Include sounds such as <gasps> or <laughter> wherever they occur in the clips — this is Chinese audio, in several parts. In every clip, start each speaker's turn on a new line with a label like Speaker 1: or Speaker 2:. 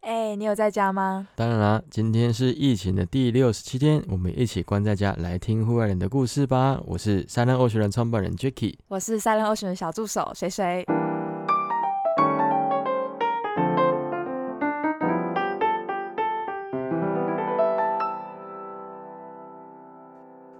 Speaker 1: 哎、你有在家吗？
Speaker 2: 当然啦，今天是疫情的第六十七天，我们一起关在家来听户外人的故事吧。我是三浪欧学人创办人 Jacky。
Speaker 1: 我是 Silent Ocean 的小助手水水。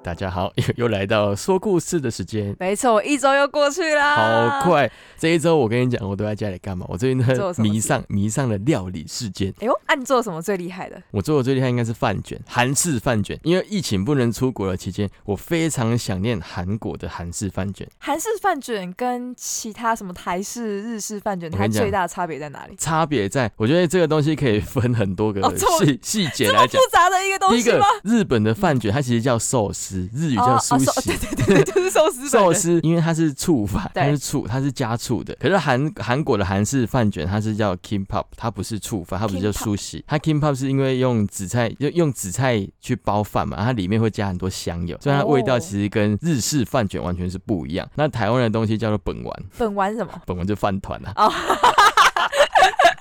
Speaker 2: 大家好，又又来到说故事的时间，
Speaker 1: 没错，我一周又过去啦，
Speaker 2: 好！快！这一周我跟你讲，我都在家里干嘛？我最近
Speaker 1: 啊做什
Speaker 2: 在
Speaker 1: 么
Speaker 2: 迷
Speaker 1: 事
Speaker 2: 上迷上了料理事件。
Speaker 1: 哎呦，啊，你做什么最厉害的？
Speaker 2: 我做的最厉害应该是饭卷，韩式饭卷。因为疫情不能出国的期间，我非常想念韩国的韩式饭卷。
Speaker 1: 韩式饭卷跟其他什么台式、日式饭卷，
Speaker 2: 我
Speaker 1: 它
Speaker 2: 跟你讲
Speaker 1: 最大的差别在哪里？
Speaker 2: 差别在，我觉得这个东西可以分很多个
Speaker 1: 哦这么
Speaker 2: 细细节
Speaker 1: 这
Speaker 2: 来
Speaker 1: 么
Speaker 2: 讲
Speaker 1: 复。杂的一个东
Speaker 2: 第一
Speaker 1: 西
Speaker 2: 个
Speaker 1: 吗？，
Speaker 2: 日本的饭卷它其实叫寿司，日语叫
Speaker 1: 哦
Speaker 2: 苏
Speaker 1: 哦寿 <laughs>
Speaker 2: 西。
Speaker 1: 对对对，就是寿司本
Speaker 2: 寿
Speaker 1: 人。
Speaker 2: 司，因为它是醋饭，
Speaker 1: 对
Speaker 2: 它是醋，它是加醋的。可是韩韩国的韩式饭卷，它是叫 kimbap，它不是醋饭，它不是叫
Speaker 1: kimbap
Speaker 2: 苏西。它 kimbap 是因为用紫菜，就用紫菜去包饭嘛，它里面会加很多香油，所以它味道
Speaker 1: 哦
Speaker 2: 其实跟日式饭卷完全是不一样。那台湾的东西叫做本丸，
Speaker 1: 本丸
Speaker 2: <laughs>
Speaker 1: 什么？
Speaker 2: 本丸就饭团啊。
Speaker 1: 哦
Speaker 2: <laughs>
Speaker 1: 啊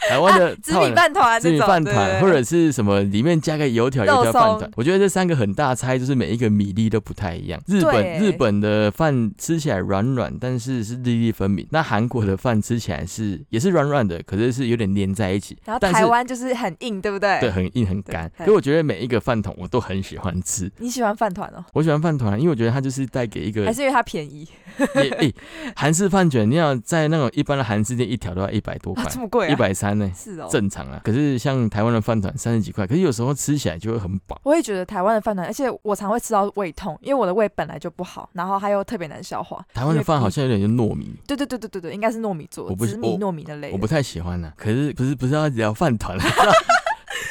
Speaker 2: 台湾的
Speaker 1: 紫米饭团
Speaker 2: 自
Speaker 1: 那
Speaker 2: 己
Speaker 1: 种，
Speaker 2: 饭
Speaker 1: 对对
Speaker 2: 团
Speaker 1: 对
Speaker 2: 或者是什么里面加个油条，油条
Speaker 1: 肉
Speaker 2: 饭
Speaker 1: 松
Speaker 2: 团。我觉得这三个很大差异就是每一个米粒都不太一样。日
Speaker 1: 对
Speaker 2: 本日本的饭吃起来软软，但是是粒粒分明；那韩国的饭吃起来是也是软软的，可是是有点粘在一起。
Speaker 1: 然后
Speaker 2: 但
Speaker 1: 台
Speaker 2: 是
Speaker 1: 湾就是很硬，对不对？
Speaker 2: 对，很硬很干。
Speaker 1: 对
Speaker 2: 可我觉得每一个饭桶我都很喜欢吃，
Speaker 1: 你喜欢饭团哦，
Speaker 2: 我喜欢饭团，因为我觉得它就是带给一个
Speaker 1: <laughs> 还是因为它便宜？
Speaker 2: 也诶韩式饭卷，你要在那种一般的韩式店一条都要一百多块
Speaker 1: 啊，，这么贵
Speaker 2: 一
Speaker 1: 啊？
Speaker 2: 百三呢。
Speaker 1: 是哦，
Speaker 2: 正常啊，可是像台湾的饭团三十几块，可是有时候吃起来就会很饱。
Speaker 1: 我也觉得台湾的饭团，而且我常会吃到胃痛，因为我的胃本来就不好，然后它又特别难消化。嗯
Speaker 2: 台湾的饭好像有点像糯米，
Speaker 1: 对对对对对对，应该是糯米做
Speaker 2: 我
Speaker 1: 的，
Speaker 2: 不
Speaker 1: 紫米
Speaker 2: 我
Speaker 1: 糯米那类的。
Speaker 2: 我不太喜欢呢、可是不是不是要聊饭团了，是要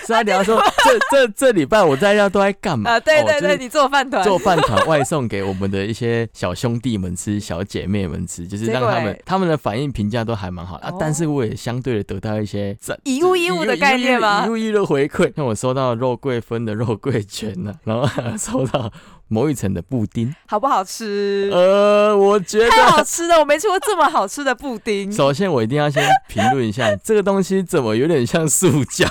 Speaker 2: 是要聊说这这这礼拜我在家都在干嘛？
Speaker 1: 啊，对
Speaker 2: 哦
Speaker 1: 对对，。
Speaker 2: 就是
Speaker 1: 你做饭团，
Speaker 2: 做饭团外送给我们的一些小兄弟们吃、小姐妹们吃，就是
Speaker 1: 结
Speaker 2: 让
Speaker 1: 果
Speaker 2: 他们
Speaker 1: 嘞
Speaker 2: 他们的反应评价都还蛮好啊
Speaker 1: 哦。
Speaker 2: 但是我也相对的得到一些赞
Speaker 1: 以物易物的概念吗
Speaker 2: 一？物一物的回馈，像我收到肉桂分的肉桂卷呢、然后还有收到某一层的布丁。
Speaker 1: 好不好吃？
Speaker 2: 呃，我觉得
Speaker 1: 太好吃了，我没吃过这么好吃的布丁。
Speaker 2: <laughs> 首先，我一定要先评论一 <laughs> 下这个东西怎么有点像塑胶。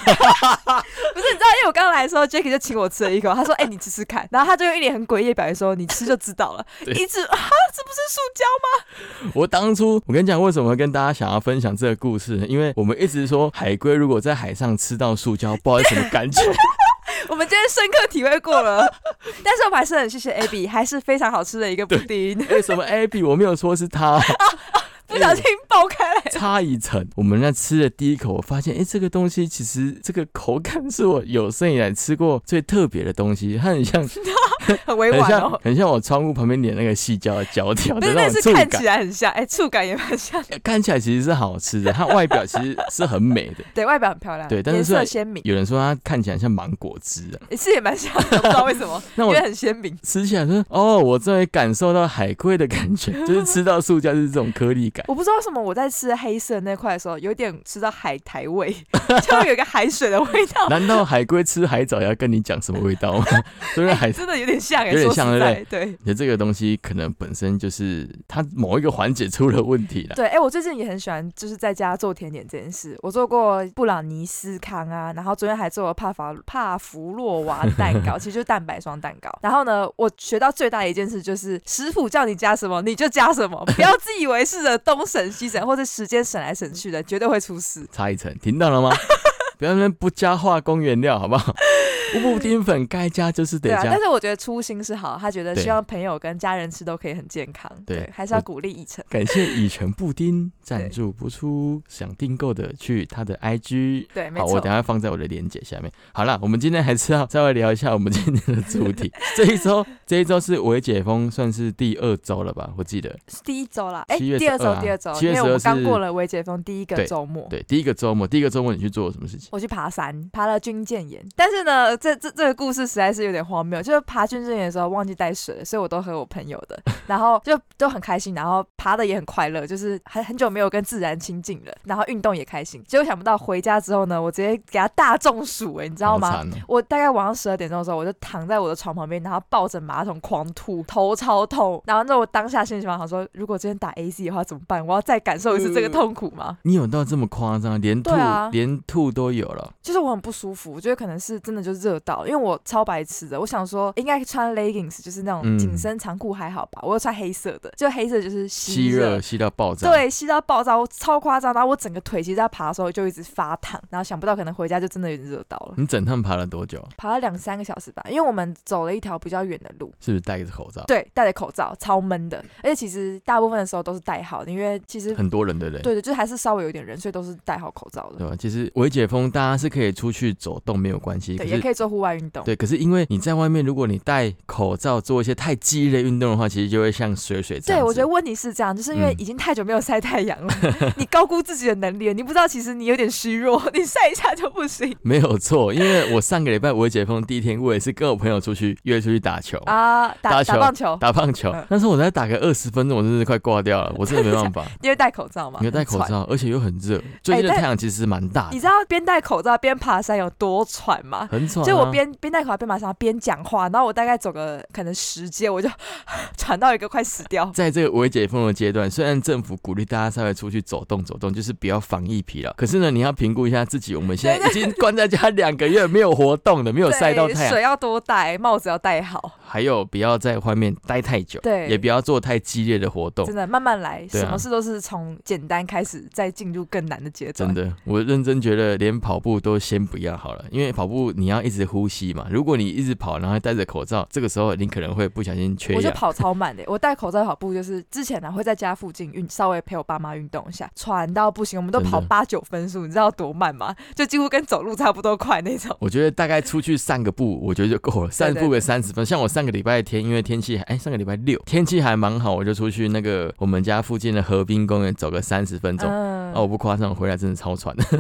Speaker 2: <laughs>
Speaker 1: 不是，你知道，因为我刚来的时候，Jacky 就请我吃了一口，他说：“哎、你吃吃看。”然后他就用一脸很诡异的表情说：“你吃就知道了。”
Speaker 2: <laughs> 对
Speaker 1: 一直啊，这不是塑胶
Speaker 2: 我当初，我跟你讲，为什么跟大家想要分享这个故事呢？因为我们一直说海龟如果在海上吃到塑胶，不知道是什么感 <laughs> 觉。
Speaker 1: 我们今天深刻体会过
Speaker 2: <laughs>
Speaker 1: 了，但是我们还是很谢谢 Abby，还是非常好吃的一个布丁，
Speaker 2: 为哎什么 Abby 我没有说是 <laughs> 它？
Speaker 1: 不小心爆开 <laughs> 来。
Speaker 2: 差一层。我们那吃的第一口，我发现，哎、这个东西其实这个口感是我有生以来吃过最特别的东西，它很像， <laughs>
Speaker 1: 很委
Speaker 2: 很
Speaker 1: 婉
Speaker 2: 像
Speaker 1: 哦，。
Speaker 2: 很像我窗户旁边粘那个细胶的胶条
Speaker 1: 不
Speaker 2: 的
Speaker 1: 是，
Speaker 2: 那
Speaker 1: 但是
Speaker 2: 种触
Speaker 1: 看
Speaker 2: 感
Speaker 1: 起。来很像，哎、触感也蛮像，
Speaker 2: 看起来其实是好吃的，它外表其实是很美的。
Speaker 1: <laughs> 对，外表很漂亮，
Speaker 2: 对但是
Speaker 1: 颜
Speaker 2: 虽
Speaker 1: 色
Speaker 2: 然
Speaker 1: 鲜明，
Speaker 2: 有人说它看起来像芒果汁、啊，
Speaker 1: 也是也蛮像的， <laughs> 我不知道为什么，
Speaker 2: 那
Speaker 1: 因
Speaker 2: 我
Speaker 1: 为很鲜明。
Speaker 2: 吃起来说，哦，我终于感受到海龟的感觉，就是吃到塑胶就是这种颗粒感。
Speaker 1: 我不知道为什么，我在吃黑色那块的时候，有点吃到海苔味， <laughs> 就有一个海水的味 <laughs> 道，
Speaker 2: 难道海龟吃海藻要跟你讲什么味道吗？ <laughs> 所以海，
Speaker 1: 真的有点像、哎，
Speaker 2: 有点
Speaker 1: 说实
Speaker 2: 像
Speaker 1: 在，对。
Speaker 2: 你这个东西可能本身就是它某一个环节出了问题了。
Speaker 1: 对，哎、我最近也很喜欢，就是在家做甜点这件事。我做过布朗尼斯康啊，然后昨天还做了帕法帕芙洛
Speaker 2: <laughs>
Speaker 1: 娃蛋糕，其实就是蛋白霜蛋糕。然后呢，我学到最大的一件事就是，食谱叫你加什么你就加什么，不要自以为是的东省西省，或者时间省来省去的，绝对会出事。
Speaker 2: 差一层，听到了吗？ <laughs> 不要在那边不加化工原料，好不
Speaker 1: <laughs>
Speaker 2: 好？布丁粉该加就是得
Speaker 1: 对啊，
Speaker 2: 加
Speaker 1: 但。是我觉得初心是好，他觉得
Speaker 2: 对
Speaker 1: 希望朋友跟家人吃都可以很健康，
Speaker 2: 对
Speaker 1: 还是要
Speaker 2: 我
Speaker 1: 鼓励一成。
Speaker 2: 感谢以诚布丁
Speaker 1: 对
Speaker 2: 赞助播出，想订购的去他的 IG
Speaker 1: 对，没
Speaker 2: 好，我
Speaker 1: 错
Speaker 2: 等。一下放在我的链接下面。好啦，我们今天还是要稍微聊一下我们今天的主
Speaker 1: <laughs>
Speaker 2: 题。这一周，这一周是微解封，算是第二周了吧？我记得，
Speaker 1: 是第一周啦，哎、
Speaker 2: 7月
Speaker 1: 第二周
Speaker 2: 12，啊
Speaker 1: 第二周，
Speaker 2: 7
Speaker 1: 因为
Speaker 2: 月
Speaker 1: 我们
Speaker 2: 12
Speaker 1: 刚
Speaker 2: 是
Speaker 1: 过了微解封第一个
Speaker 2: 对
Speaker 1: 周末。
Speaker 2: 对，第一个周末，第一个周末你去做了什么事情？
Speaker 1: 我去爬山，爬了军舰岩，但是呢，个这这这个故事实在是有点荒谬。就是爬军舰的时候忘记带水了，所以我都喝我朋友
Speaker 2: <laughs>
Speaker 1: 的，然后就都很开心，然后爬的也很快乐，就是很很久没有跟自然亲近了，然后运动也开心。结果想不到回家之后呢，我直接给他大中暑、欸，哎，你知道
Speaker 2: 好
Speaker 1: 吗？
Speaker 2: 惨哦！
Speaker 1: 我大概晚上十二点钟的时候，我就躺在我的床旁边，然后抱着马桶狂吐，头超痛。然后那我当下心里想说，如果今天打 A C 的话怎么办？我要再感受一次
Speaker 2: 嗯
Speaker 1: 这个痛苦吗？
Speaker 2: 你有到这么夸张，连吐、
Speaker 1: 对啊
Speaker 2: 连吐都有了，
Speaker 1: 就是我很不舒服，我觉得可能是真的就热到，因为我超白痴的，我想说应该穿 leggings，就是那种
Speaker 2: 嗯
Speaker 1: 紧身长裤还好吧，我又穿黑色的，就黑色就是
Speaker 2: 吸
Speaker 1: 吸
Speaker 2: 热。吸到爆炸。，
Speaker 1: 对，吸到爆炸，我超夸张。然后我整个腿其实在爬的时候就一直发烫，然后想不到可能回家就真的有点热到了，
Speaker 2: 你整趟爬了多久？
Speaker 1: 爬了两三个小时吧，因为我们走了一条比较远的路，
Speaker 2: 是不是戴着口罩？
Speaker 1: 对，戴着口罩超闷的，而且其实大部分的时候都是戴好的，因为其实
Speaker 2: 很多人对不对？
Speaker 1: 对的，就是还是稍微有点人，所以都是戴好口罩的。
Speaker 2: 对吧？啊其实微解封，大家是可以出去走动没有关系，可
Speaker 1: 对，也
Speaker 2: 是
Speaker 1: 可以做户外运动。
Speaker 2: 对，可是因为你在外面，如果你戴口罩做一些太激烈的运动的话，其实就会像水水这
Speaker 1: 对，
Speaker 2: 样
Speaker 1: 我
Speaker 2: 子。
Speaker 1: 觉得问题是这样，就是因为
Speaker 2: 嗯
Speaker 1: 已经太久没有晒太阳
Speaker 2: <laughs>
Speaker 1: 了，你高估自己的能力了，你不知道其实你有点虚弱， <laughs> 你晒一下就不行
Speaker 2: 没有错，因为我上个礼拜我解封第一天，我也是跟我朋友出去约出去打球。
Speaker 1: 啊！
Speaker 2: 哦打
Speaker 1: 打
Speaker 2: 球
Speaker 1: 棒球，
Speaker 2: 打棒球
Speaker 1: 嗯，
Speaker 2: 但是我才打个二十分钟，我真是快挂掉
Speaker 1: <laughs>
Speaker 2: 了，我真的没办法。
Speaker 1: 因为戴口罩嘛，
Speaker 2: 没有戴
Speaker 1: 很
Speaker 2: 口
Speaker 1: 喘。哎
Speaker 2: 罩，而且又很热，最近的
Speaker 1: 但
Speaker 2: 太阳其实蛮大
Speaker 1: 你
Speaker 2: 的，
Speaker 1: 知道边戴口罩边爬山有多喘吗？
Speaker 2: 很爽、啊。
Speaker 1: 就我边边戴口罩边爬山边讲话，然后我大概走个可能十阶，我就 <laughs> 喘到一个快死掉。
Speaker 2: 在这个微解封的阶段，虽然政府鼓励大家稍微出去走动走动，就是不要防疫疲劳，可是呢，你要评估一下自己。我们现在已经关在家两个月，没有活动的，没 <laughs> 有
Speaker 1: 对，
Speaker 2: 晒到太阳，
Speaker 1: 水要多戴，帽子要戴好，
Speaker 2: 还有不要在外面待太久，
Speaker 1: 对
Speaker 2: 也不要做太激烈的活动
Speaker 1: 真。的慢慢来，
Speaker 2: 对啊
Speaker 1: 什么事都是从简单开始，再进入更难的阶段。
Speaker 2: 真的，我认真觉得连跑步都先不要好了，因为跑步你要一直呼吸嘛。如果你一直跑，然后还戴着口罩，这个时候你可啊能会不小心缺
Speaker 1: 我就
Speaker 2: 氧。
Speaker 1: 跑超慢的、我戴口罩跑步，就是之前啊呢、会在家附近运，稍微陪我爸妈运动一下，喘到不行，我们都
Speaker 2: 真的
Speaker 1: 跑八九分速，你知道多慢吗？就几乎跟走路差不多快那种。
Speaker 2: 我觉得大概出去散个步，我觉得就够了，散步个三十分。像我上个礼拜天，因为天气还哎，上个礼拜六天气还蛮好，我就出去那个我们家附近的河滨公园走个三十分钟。
Speaker 1: 嗯，
Speaker 2: 哦，我不夸张，我回来真的 <laughs> 超喘，
Speaker 1: 屁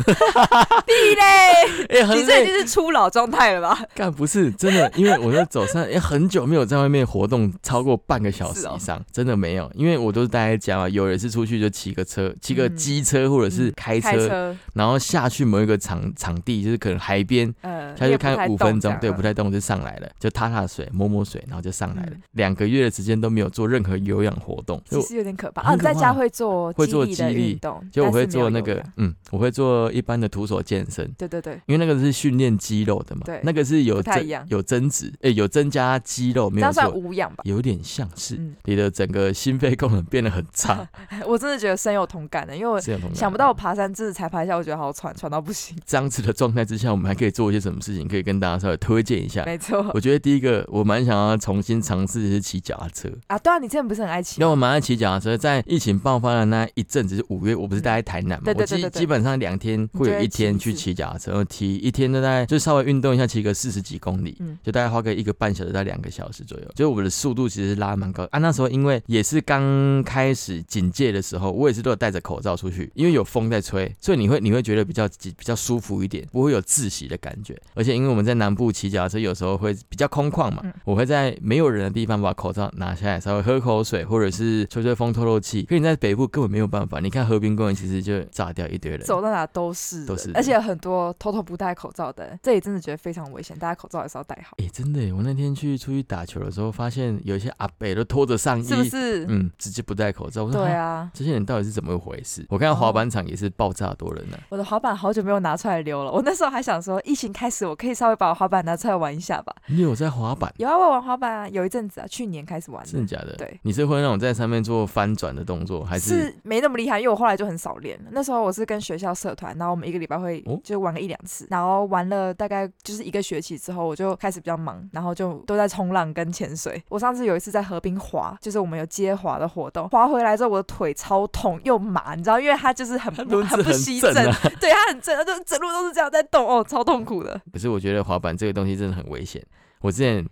Speaker 2: <laughs>
Speaker 1: 嘞！
Speaker 2: 哎、很
Speaker 1: 你这已
Speaker 2: 累。
Speaker 1: 经是初老状态了吧？
Speaker 2: 干不是真的，因为我在走上，哎、很久没有在外面活动超过半个小时
Speaker 1: 是哦
Speaker 2: 以上，真的没有，因为我都是待在家嘛，有一次出去就骑个车，骑个
Speaker 1: 嗯
Speaker 2: 机车或者是
Speaker 1: 嗯
Speaker 2: 开车，
Speaker 1: 开车，
Speaker 2: 然后下去某一个场场地，就是可能海边，
Speaker 1: 呃，
Speaker 2: 下
Speaker 1: 你
Speaker 2: 去
Speaker 1: 也不太
Speaker 2: 看五
Speaker 1: 动
Speaker 2: 分
Speaker 1: 这
Speaker 2: 钟，
Speaker 1: 样啊
Speaker 2: 对，不太动就上来了，就踏踏水，摸摸水，然后就上来了
Speaker 1: 嗯。
Speaker 2: 两、个月的时间都没有做任何有氧活动，
Speaker 1: 其
Speaker 2: 就
Speaker 1: 实有点可怕
Speaker 2: 很
Speaker 1: 啊！你在
Speaker 2: 可
Speaker 1: 家
Speaker 2: 怕
Speaker 1: 会做
Speaker 2: 会做
Speaker 1: 的
Speaker 2: 肌力
Speaker 1: 运动，
Speaker 2: 就我
Speaker 1: 但是
Speaker 2: 会
Speaker 1: 没
Speaker 2: 做
Speaker 1: 有
Speaker 2: 那
Speaker 1: 有
Speaker 2: 个
Speaker 1: 氧，
Speaker 2: 嗯，我会做一般的徒手健身。
Speaker 1: 对对对，
Speaker 2: 因为那个是训练肌肉的嘛，
Speaker 1: 对
Speaker 2: 那个是有
Speaker 1: 不太
Speaker 2: 增
Speaker 1: 一样
Speaker 2: 有增值，哎、有增加肌肉，
Speaker 1: 这
Speaker 2: 没有
Speaker 1: 样算
Speaker 2: 错，
Speaker 1: 无氧吧？ <laughs>
Speaker 2: 有点像是、
Speaker 1: 嗯
Speaker 2: 你的整个心肺功能变得很差，
Speaker 1: 我真的觉得深有同感的，因为
Speaker 2: <laughs>
Speaker 1: 我
Speaker 2: 是有同感
Speaker 1: 嗯想不到我爬山真的才爬一下，我觉得好喘，喘到不
Speaker 2: <laughs>
Speaker 1: 行。
Speaker 2: 这样子的状态之下，我们还可以做一些什么事情，可以跟大家稍微推荐一下。
Speaker 1: 没错
Speaker 2: 我觉得第一个，我蛮想要重新尝试的是骑脚踏车，
Speaker 1: 啊，对啊，你之前不是很爱骑
Speaker 2: 那我马上骑脚踏车，在疫情爆发的那一阵子，是五月，我不是待在台南嘛，
Speaker 1: 对对对
Speaker 2: 我基
Speaker 1: 对对
Speaker 2: 基本上两天会有一天去骑脚踏车，然后骑一天都在就稍微运动一下，骑个四十几公里，
Speaker 1: 嗯
Speaker 2: 就大概花个一个半小时到两个小时左右，就我的速度其实拉蛮高啊。那时候因为也是刚开始警戒的时候，我也是都有戴着口罩出去，因为有风在吹，所以你会你会觉得比较比较舒服一点，不会有窒息的感觉。而且因为我们在南部骑脚踏车，有时候会比较空旷嘛，
Speaker 1: 嗯
Speaker 2: 我会在没有人的地方把口罩拿下来，稍微喝口水或者是吹吹风透透气。可你在北部根本没有办法，你看河滨公园其实就炸掉一堆人，
Speaker 1: 走到哪都是人
Speaker 2: 都是人
Speaker 1: 而且有很多偷偷不戴口罩的人，这里真的觉得非常危险，大家口罩还是要戴好，
Speaker 2: 哎、真的耶，我那天去出去打球的时候，发现有一些阿伯都拖着上衣，
Speaker 1: 是不是？
Speaker 2: 嗯，直接不戴口罩。我说
Speaker 1: 对，
Speaker 2: 哈
Speaker 1: 啊， <laughs> 哦
Speaker 2: 这些人到底是怎么回事？我看到滑板场也是爆炸多人呢、
Speaker 1: 我的滑板好久没有拿出来溜了，我那时候还想说，疫情开始我可以稍微把我滑板拿出来玩一下吧。
Speaker 2: 你有在滑板？
Speaker 1: 有啊，我玩滑板啊，有一阵子啊，去年开始玩的
Speaker 2: 真的假的？
Speaker 1: 对，
Speaker 2: 你是会那种在上面做翻转的动作，还是？
Speaker 1: 没那么厉害，因为我后来就很少练了。那时候我是跟学校社团，然后我们一个礼拜会
Speaker 2: 哦
Speaker 1: 就玩个一两次，然后玩了大概就是一个学期之后，我就开始比较忙，然后就都在冲浪跟潜水。我上次有一次在河滨滑，就是我们有接滑的活动，滑回来之后我的腿超痛又麻，你知道，因为它就是
Speaker 2: <laughs>
Speaker 1: 很不
Speaker 2: 轮子
Speaker 1: 很不
Speaker 2: 很
Speaker 1: 吸
Speaker 2: 正
Speaker 1: 震，
Speaker 2: 啊
Speaker 1: 对，它很正，它就整路都是这样在动，哦，超痛苦
Speaker 2: <laughs>
Speaker 1: 的。
Speaker 2: 可是我觉得滑板这
Speaker 1: <laughs>
Speaker 2: 个东西真的很危险。我之前，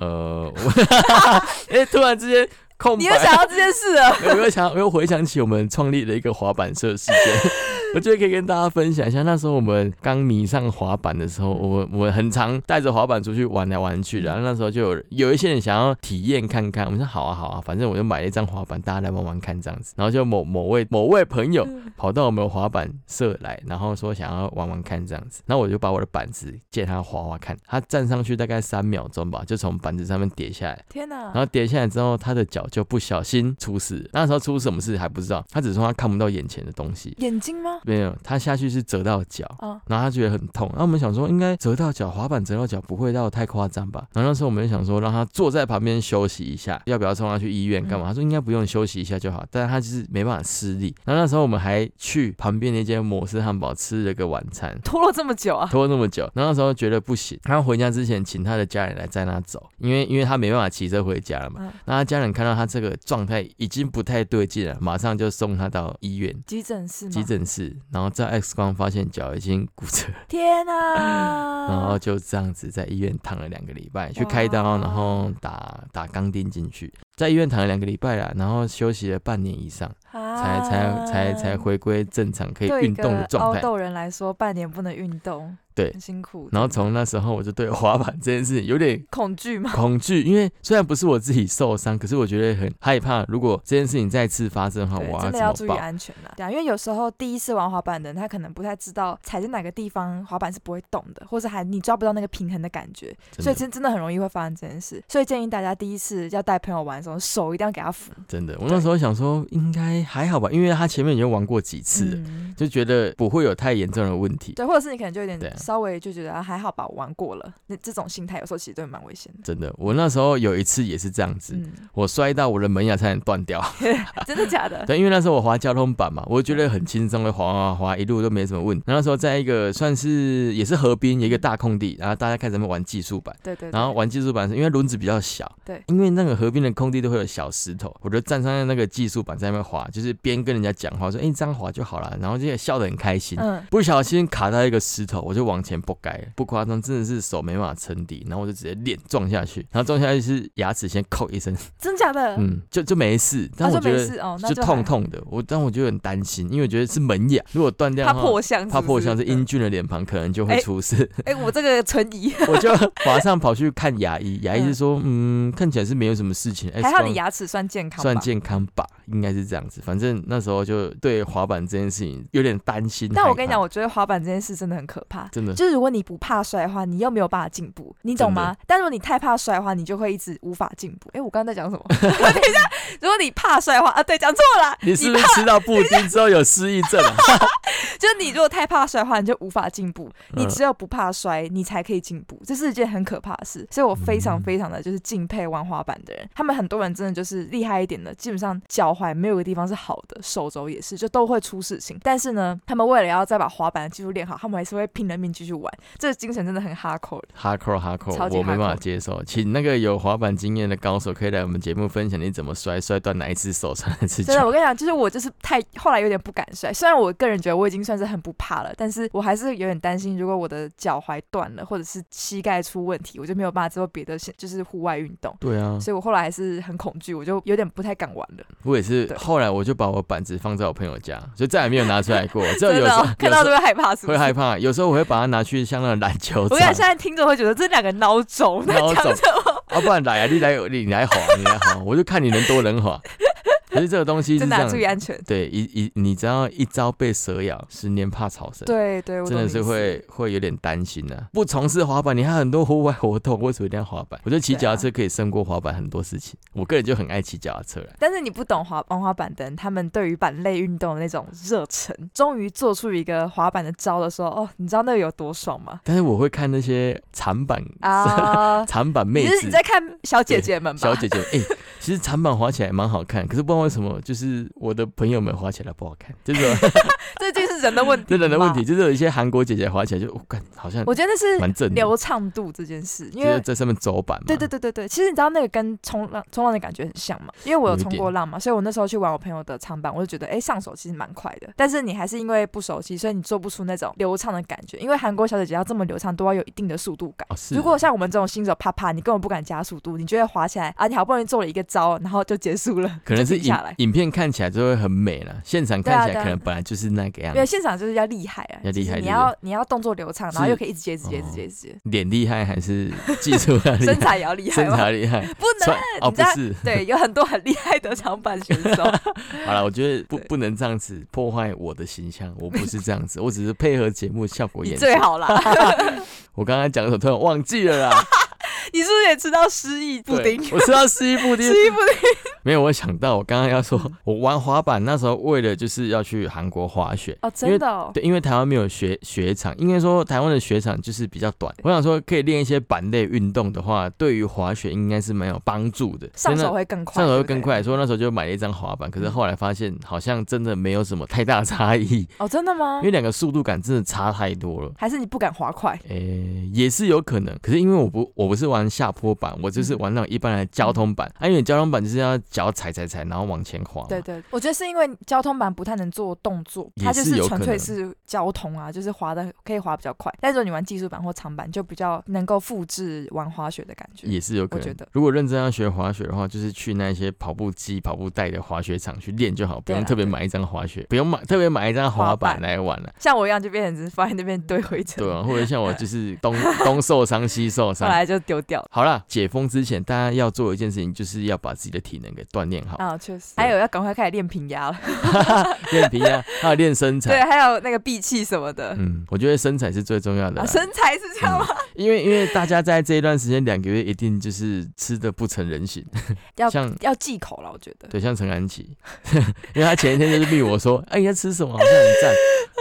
Speaker 2: 呃，我 <laughs> 哎、突然之间空
Speaker 1: 你又
Speaker 2: 白。
Speaker 1: 想到这件事了，
Speaker 2: 我又想，我又回想起我们创立了一个滑板社事件，我觉得可以跟大家分享一下。那时候我们刚迷上滑板的时候，我我很常带着滑板出去玩来玩去的。然后那时候就有有一些人想要体验看看，我们说好啊好啊，反正我就买了一张滑板，大家来玩玩看这样子。然后就某某位某位朋
Speaker 1: 嗯
Speaker 2: 友跑到我们滑板社来，然后说想要玩玩看这样子。然后我就把我的板子借他滑滑看，他站上去大概三秒钟吧，就从板子上面跌下来。
Speaker 1: 天哪
Speaker 2: 然！后跌下来之后，他的脚就不小心出事了。那时候出什么事还不知道，他只是说他看不到眼前的东西，
Speaker 1: 眼睛吗？
Speaker 2: 没有，他下去是折到脚。
Speaker 1: 啊，
Speaker 2: 然后他觉得很痛，然后我们想说应该折到脚，滑板折到脚不会到太夸张吧？然后那时候我们就想说让他坐在旁边休息一下，要不要送他去医院干嘛？
Speaker 1: 嗯
Speaker 2: 他说应该不用休息一下就好，但是他就是没办法施力。然后那时候我们还去旁边那间摩斯汉堡吃了个晚餐，
Speaker 1: 拖了这么久啊，
Speaker 2: <laughs> 拖那么久，然后那时候觉得不行，他回家之前请他的家人来载他走，因为因为他没办法骑车回家了嘛。
Speaker 1: 嗯
Speaker 2: 那他家人看到他这个状态已经不太对劲了，马上就送他到医院
Speaker 1: 急诊室吗？
Speaker 2: 急诊室，然后照 X 光发现脚已经骨折，
Speaker 1: 天哪、嗯
Speaker 2: 然后就这样子在医院躺了两个礼拜，去开刀，
Speaker 1: 哇
Speaker 2: 然后打打钢钉进去，在医院躺了两个礼拜啦，然后休息了半年以上，才才才才回归正常可以
Speaker 1: 啊对一
Speaker 2: 运
Speaker 1: 个
Speaker 2: 动的状态
Speaker 1: 凹。豆人来说，半年不能运动，
Speaker 2: 对
Speaker 1: 很辛苦。
Speaker 2: 然后从那时候我就对滑板这件事情有点
Speaker 1: 恐惧
Speaker 2: <laughs>
Speaker 1: 吗？
Speaker 2: 恐惧，因为虽然不是我自己受伤，可是我觉得很害怕。如果这件事情再次发生的话，
Speaker 1: 对
Speaker 2: 我
Speaker 1: 真的要
Speaker 2: 要怎
Speaker 1: 注意
Speaker 2: 么办？
Speaker 1: 安全啦。对啊，因为有时候第一次玩滑板的人，他可能不太知道踩在哪个地方滑板是不会动的，或者还你抓不到那个平衡的感觉，啊所以
Speaker 2: 真的
Speaker 1: 真真的很容易会发生这件事。所以建议大家第一次要带朋友玩的时候，手一定要给他扶。
Speaker 2: 真的，我那时候想说应该还好吧，因为他前面已经玩过几次了，
Speaker 1: 嗯
Speaker 2: 就觉得不会有太严重的问题。
Speaker 1: 对，或者是你可能就有
Speaker 2: 对啊
Speaker 1: 点稍微就觉得啊还好吧，我玩过了。那这种心态有时候其实对蛮危险的。
Speaker 2: 真的，我那时候有一次也是这样子，
Speaker 1: 嗯，
Speaker 2: 我摔到我的门牙差点断
Speaker 1: <laughs>
Speaker 2: 掉。
Speaker 1: 真的假的？
Speaker 2: <laughs> 对，因为那时候我滑交通板嘛，我觉得很轻松的滑滑滑，一路都没什么问题。然后那时候在一个算是也是河边有一个大空地，然后大家开始在那边玩技术板。
Speaker 1: 对对对。
Speaker 2: 然后玩技术板是因为轮子比较小，
Speaker 1: 对
Speaker 2: 因为那个河边的空地都会有小石头，我就站上那个技术板在那边滑，就是边跟人家讲话说，哎、你这样滑就好了，然后就笑得很开心。
Speaker 1: 嗯，
Speaker 2: 不小心卡到一个石头，我就往前不该，不夸张，真的是手没办法撑地，然后我就直接脸撞下去，然后撞下去是牙齿先扣一声，
Speaker 1: 真假的？
Speaker 2: 嗯，就就没事，
Speaker 1: 他
Speaker 2: 但我
Speaker 1: 说
Speaker 2: 觉
Speaker 1: 没
Speaker 2: 得
Speaker 1: 事哦，那
Speaker 2: 就
Speaker 1: 就
Speaker 2: 痛
Speaker 1: 还好。
Speaker 2: 痛的，我但我就很担心，因为我觉得是门牙，如果断掉
Speaker 1: 怕
Speaker 2: 的话，
Speaker 1: 破相，
Speaker 2: 怕哦破相是英
Speaker 1: 因。
Speaker 2: 俊的脸庞可能就会
Speaker 1: 哎
Speaker 2: 出事。
Speaker 1: 哎，我这个存疑，
Speaker 2: 我就马上跑去看牙医，牙医是说，嗯，看起来是没有什么事情，哎
Speaker 1: 还
Speaker 2: X
Speaker 1: 好
Speaker 2: 光
Speaker 1: 你牙齿算健康吧，
Speaker 2: 算健康吧，应该是这样子。反正那时候就对滑板这件事情有点担心。
Speaker 1: 但我
Speaker 2: 害
Speaker 1: 跟你
Speaker 2: 怕
Speaker 1: 讲，，我觉得滑板这件事真的很可怕。
Speaker 2: 真的
Speaker 1: 就是如果你不怕摔的话，你又没有办法进步，你懂吗？但如果你太怕摔的话，你就会一直无法进步。哎、我刚刚在讲什
Speaker 2: <laughs>
Speaker 1: 么？等一下，如果你怕摔的话，啊，对，讲错了。
Speaker 2: 你是不是吃到布丁之后有失忆症啊？
Speaker 1: 就是你如果太怕摔的话，你就无法进步。你
Speaker 2: 嗯
Speaker 1: 只有不怕摔，你才可以进步。这是一件很可怕的事，所以我非常
Speaker 2: 嗯
Speaker 1: 非常的就是敬佩玩滑板的人。他们很多人真的就是厉害一点的，基本上脚踝没有一个地方是好的，手肘也是，就都会出事情。但是呢，他们为了要再把滑板的技术练好，他们还是会拼了命继续玩。这个精神真的很 hardcore 的。<laughs> 超
Speaker 2: hardcore hardcore，
Speaker 1: 级
Speaker 2: 我没办法
Speaker 1: hardcore
Speaker 2: 接受。请那个有滑板经验的高手可以来我们节目分享你怎么摔，摔断哪一只手，摔哪一只
Speaker 1: 真
Speaker 2: <laughs>
Speaker 1: 的，
Speaker 2: 脚。
Speaker 1: 我跟你讲，就是我就是太后来有点不敢摔。虽然我个人觉得我已经算是很不怕了，但是我还是有点担心，如果我的脚踝断了，或者是膝盖出问题，我就没有办法做别的，就是户外运动。
Speaker 2: 对啊，
Speaker 1: 所以我后来还是很恐惧，我就有点不太敢玩了。
Speaker 2: 我也是。
Speaker 1: 对
Speaker 2: 后来我就把我板子放在我朋友家，所以再也没有拿出来
Speaker 1: <laughs>
Speaker 2: 过。只有
Speaker 1: 真
Speaker 2: 有
Speaker 1: 的
Speaker 2: 时
Speaker 1: 哦、
Speaker 2: 候
Speaker 1: 看
Speaker 2: 有时
Speaker 1: 到
Speaker 2: 候
Speaker 1: 都会害怕，是不
Speaker 2: 会
Speaker 1: 是？
Speaker 2: 害怕，有时候我会把它拿去像那个篮球
Speaker 1: 我跟
Speaker 2: 场，
Speaker 1: 你讲，现在听众会觉得这两个孬
Speaker 2: <laughs>
Speaker 1: 种在
Speaker 2: 孬
Speaker 1: 讲
Speaker 2: 种
Speaker 1: 什么，
Speaker 2: 啊，不然来啊，你来你来滑，你来滑，我就看你能多能
Speaker 1: <laughs>
Speaker 2: 滑。可是这个东西是
Speaker 1: 真
Speaker 2: 这
Speaker 1: 的啊注意
Speaker 2: 样，
Speaker 1: 安全。
Speaker 2: 对，一一你只要一朝被蛇咬，十年怕草绳，
Speaker 1: 对对，我
Speaker 2: 真
Speaker 1: 懂
Speaker 2: 的
Speaker 1: 你
Speaker 2: 是
Speaker 1: 意思
Speaker 2: 会会有点担心的、不从事滑板，你还有很多户外活动，为什么一定要滑板？我觉得骑
Speaker 1: 对啊
Speaker 2: 脚踏车可以胜过滑板很多事情。
Speaker 1: 啊
Speaker 2: 我个人就很爱骑脚踏车啊了，
Speaker 1: 但是你不懂滑玩滑板的人，他们对于板类运动的那种热忱，终于做出一个滑板的招的时候，哦，你知道那个有多爽吗？
Speaker 2: 但是我会看那些长板，
Speaker 1: 啊
Speaker 2: <laughs> 长板妹
Speaker 1: 你是
Speaker 2: 子
Speaker 1: 你。在看小姐姐们吧？
Speaker 2: 小姐姐，哎、其实长板滑起来蛮好看，可是不知道为什么，就是我的朋友们滑起来不好看，这种
Speaker 1: <laughs> 这就是人的问题，
Speaker 2: 这人的问题，。就是有一些韩国姐姐滑起来就，我、哦、感好像
Speaker 1: 我觉得那是
Speaker 2: 蛮正的，
Speaker 1: 流畅度这件事，因
Speaker 2: 就
Speaker 1: 为
Speaker 2: 是在上面走板嘛。
Speaker 1: 对对对对对，其实你知道那个跟冲浪冲浪的感觉很像嘛，因为我有
Speaker 2: 有一
Speaker 1: 冲过
Speaker 2: 点
Speaker 1: 浪嘛，所以我那时候去玩我朋友的长板，我就觉得哎、诶上手其实蛮快的，但是你还是因为不熟悉，所以你做不出那种流畅的感觉，因为韩国小姐姐要这么流畅都要有一定的速度感。
Speaker 2: 哦是。
Speaker 1: 如果像我们这种新手啪啪，你根本不敢加速度，你觉得滑起来啊，你好不容易做了一个招，然后就结束了，
Speaker 2: 可能
Speaker 1: 就是停
Speaker 2: 影
Speaker 1: 下来，
Speaker 2: 影片看起来就会很美了，现场
Speaker 1: 对啊
Speaker 2: 看起
Speaker 1: 对
Speaker 2: 来
Speaker 1: 啊
Speaker 2: 可能本来就是那个样
Speaker 1: 因为
Speaker 2: 子，
Speaker 1: 现场就是要厉害啊，
Speaker 2: 要厉
Speaker 1: 就
Speaker 2: 害
Speaker 1: 是你
Speaker 2: 对不对
Speaker 1: 要你要动作流畅，然后
Speaker 2: 是
Speaker 1: 又可以一直接、一直接、一直接、
Speaker 2: 哦
Speaker 1: 一直接，
Speaker 2: 脸厉害
Speaker 1: <laughs>
Speaker 2: 还是技术要厉
Speaker 1: 身
Speaker 2: 害？
Speaker 1: 材也要厉害
Speaker 2: <laughs> 身
Speaker 1: 嘛，
Speaker 2: 材
Speaker 1: <laughs>
Speaker 2: 厉害，
Speaker 1: 不能
Speaker 2: 穿哦
Speaker 1: 你
Speaker 2: 不
Speaker 1: 知道
Speaker 2: 是， <laughs>
Speaker 1: 对，有很多很厉害的长板选手，
Speaker 2: 好了，我觉得不
Speaker 1: <laughs> 对
Speaker 2: 不能这样子破坏我的形象，我不是这样子，我只是配合节目效果
Speaker 1: 你
Speaker 2: 演出。
Speaker 1: 最好啦。
Speaker 2: <laughs> 我刚刚讲的时候突然忘记了啦，
Speaker 1: 你是不是也吃到失忆 <laughs> 布
Speaker 2: 对
Speaker 1: 丁？
Speaker 2: 我知道十一
Speaker 1: <laughs>
Speaker 2: 布丁
Speaker 1: 失忆布丁
Speaker 2: 没有，我想到我刚刚要
Speaker 1: 嗯
Speaker 2: 说，我玩滑板那时候为了就是要去韩国滑雪。
Speaker 1: 哦，
Speaker 2: 因
Speaker 1: 真
Speaker 2: 为
Speaker 1: 的哦，
Speaker 2: <laughs> 对，因为台湾没有雪雪场，应该说台湾的雪场就是比较短。我想说，可以练一些板类运动的话，对于滑雪应该是蛮有帮助的。
Speaker 1: 上
Speaker 2: 真的
Speaker 1: 手会更快，
Speaker 2: 上手会
Speaker 1: 对不对嗯
Speaker 2: 更快。所以那时候就买了一张滑板，可是后来发现好像真的没有什么太大
Speaker 1: <laughs>
Speaker 2: 差异，
Speaker 1: 哦，真的吗
Speaker 2: 因？为哦两个速度感真的差太多了。
Speaker 1: 还是你不敢滑快？
Speaker 2: 诶、也是有可能，可是因为我不我不是玩下坡板，我就是玩那种一般的交通板。啊，因为交通板就是要脚踩踩踩，然后往前滑嘛。
Speaker 1: 对对，我觉得是因为交通版不太能做动作，
Speaker 2: 也
Speaker 1: 它就是
Speaker 2: 有
Speaker 1: 纯
Speaker 2: 可
Speaker 1: 粹
Speaker 2: 能
Speaker 1: 是交通啊，就是滑的可以滑比较快。但是如果你玩技术版或长板，就比较能够复制玩滑雪的感觉。
Speaker 2: 也是有可能。
Speaker 1: 我觉得
Speaker 2: 如果认真要学滑雪的话，就是去那些跑步机、跑步带的滑雪场去练就好，不
Speaker 1: 对啊
Speaker 2: 用特别
Speaker 1: 对
Speaker 2: 买一张滑雪，不用买特别买一张滑
Speaker 1: 滑
Speaker 2: 板
Speaker 1: 板
Speaker 2: 来玩了、
Speaker 1: 像我一样，就变成只是放在那边堆灰尘，
Speaker 2: 对啊，或者
Speaker 1: <laughs>
Speaker 2: 像我就是东东受伤西受
Speaker 1: 后
Speaker 2: 伤。
Speaker 1: 来就丢掉了。
Speaker 2: 好啦，解封之前，大家要做一件事情，就是要把自己的体能给锻炼好，
Speaker 1: 啊，确实，
Speaker 2: 对
Speaker 1: 还有要赶快开始练平压了，
Speaker 2: 练皮啊，还有
Speaker 1: <laughs>
Speaker 2: 练身
Speaker 1: 对，
Speaker 2: 材。
Speaker 1: 还有那个闭气什么的，
Speaker 2: 嗯，我觉得身材是最重要的
Speaker 1: 啊，
Speaker 2: 啦、嗯
Speaker 1: 身材是这样吗？
Speaker 2: 因为因为大家在这一段时间两个月一定就是吃的不成人形，
Speaker 1: 要
Speaker 2: 像
Speaker 1: 要忌口了，我觉得。
Speaker 2: 对，像陈安琪， <laughs> 因为他前一天就是密我说，哎、你在吃什么？好像很赞。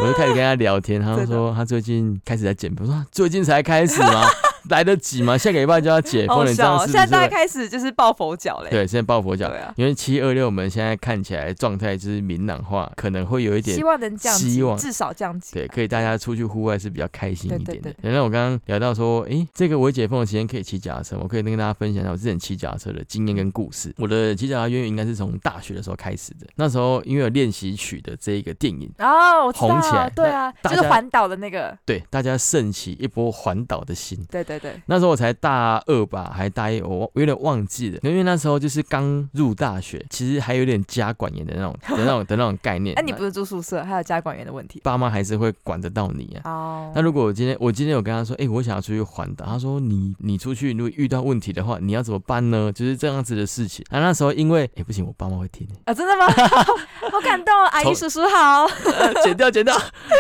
Speaker 2: 我就开始跟他聊天，他就
Speaker 1: 真的
Speaker 2: 说他最近开始在减肥，我说啊最近才开始吗？来得及吗？下个礼拜就要解
Speaker 1: 好
Speaker 2: 封了，你这样
Speaker 1: 笑哦，
Speaker 2: 是不
Speaker 1: 现
Speaker 2: 是
Speaker 1: 在大家
Speaker 2: 会？
Speaker 1: 开始就是抱佛脚嘞。
Speaker 2: 对，现在抱佛脚，
Speaker 1: 对啊，
Speaker 2: 因为七二六我们现在看起来状态就是明朗化，可能会有一点
Speaker 1: 希望能降级，
Speaker 2: 希望
Speaker 1: 至少降级
Speaker 2: 对，
Speaker 1: 啊。
Speaker 2: 可以大家出去户外是比较开心一
Speaker 1: 对
Speaker 2: 点的
Speaker 1: 对。
Speaker 2: 原来我刚刚聊到说，诶，这个我解封的期间可以骑脚踏车，我可以跟大家分享一下我之前骑脚踏车的经验跟故事。我的骑脚踏渊源应该是从大学的时候开始的，那时候因为有练习曲的这一个电影。
Speaker 1: 哦，我知
Speaker 2: 红起
Speaker 1: 道
Speaker 2: 来，
Speaker 1: 对啊，
Speaker 2: 那大
Speaker 1: 就是
Speaker 2: 家
Speaker 1: 环岛的那个，
Speaker 2: 对，大家盛起一波环岛的心。
Speaker 1: 对对对，
Speaker 2: 那时候我才大二吧，还大一，我忘我有点忘记了。因为那时候就是刚入大学，其实还有点家管严的那种、的那种、的那种概念。
Speaker 1: <laughs> 那你不是住宿舍，还有家管员的问题
Speaker 2: 爸妈还是会管得到你啊？
Speaker 1: 哦
Speaker 2: 那。如果我今天我今天有跟他说，哎、我想要出去环岛，他说你你出去如果遇到问题的话，你要怎么办呢？就是这样子的事情。啊，那时候因为哎、诶不行，我爸妈会听，
Speaker 1: 啊，真的吗？好感动哦，阿姨
Speaker 2: 从
Speaker 1: 叔叔好。
Speaker 2: <laughs> 剪掉剪掉。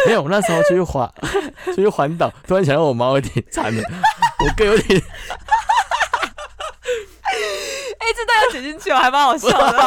Speaker 2: 没有，我那时候出去环出去环岛，突然想到我妈会听，惨了，我哥
Speaker 1: <laughs>
Speaker 2: 有点
Speaker 1: 哎，这段要剪进去哦，还蛮好笑的。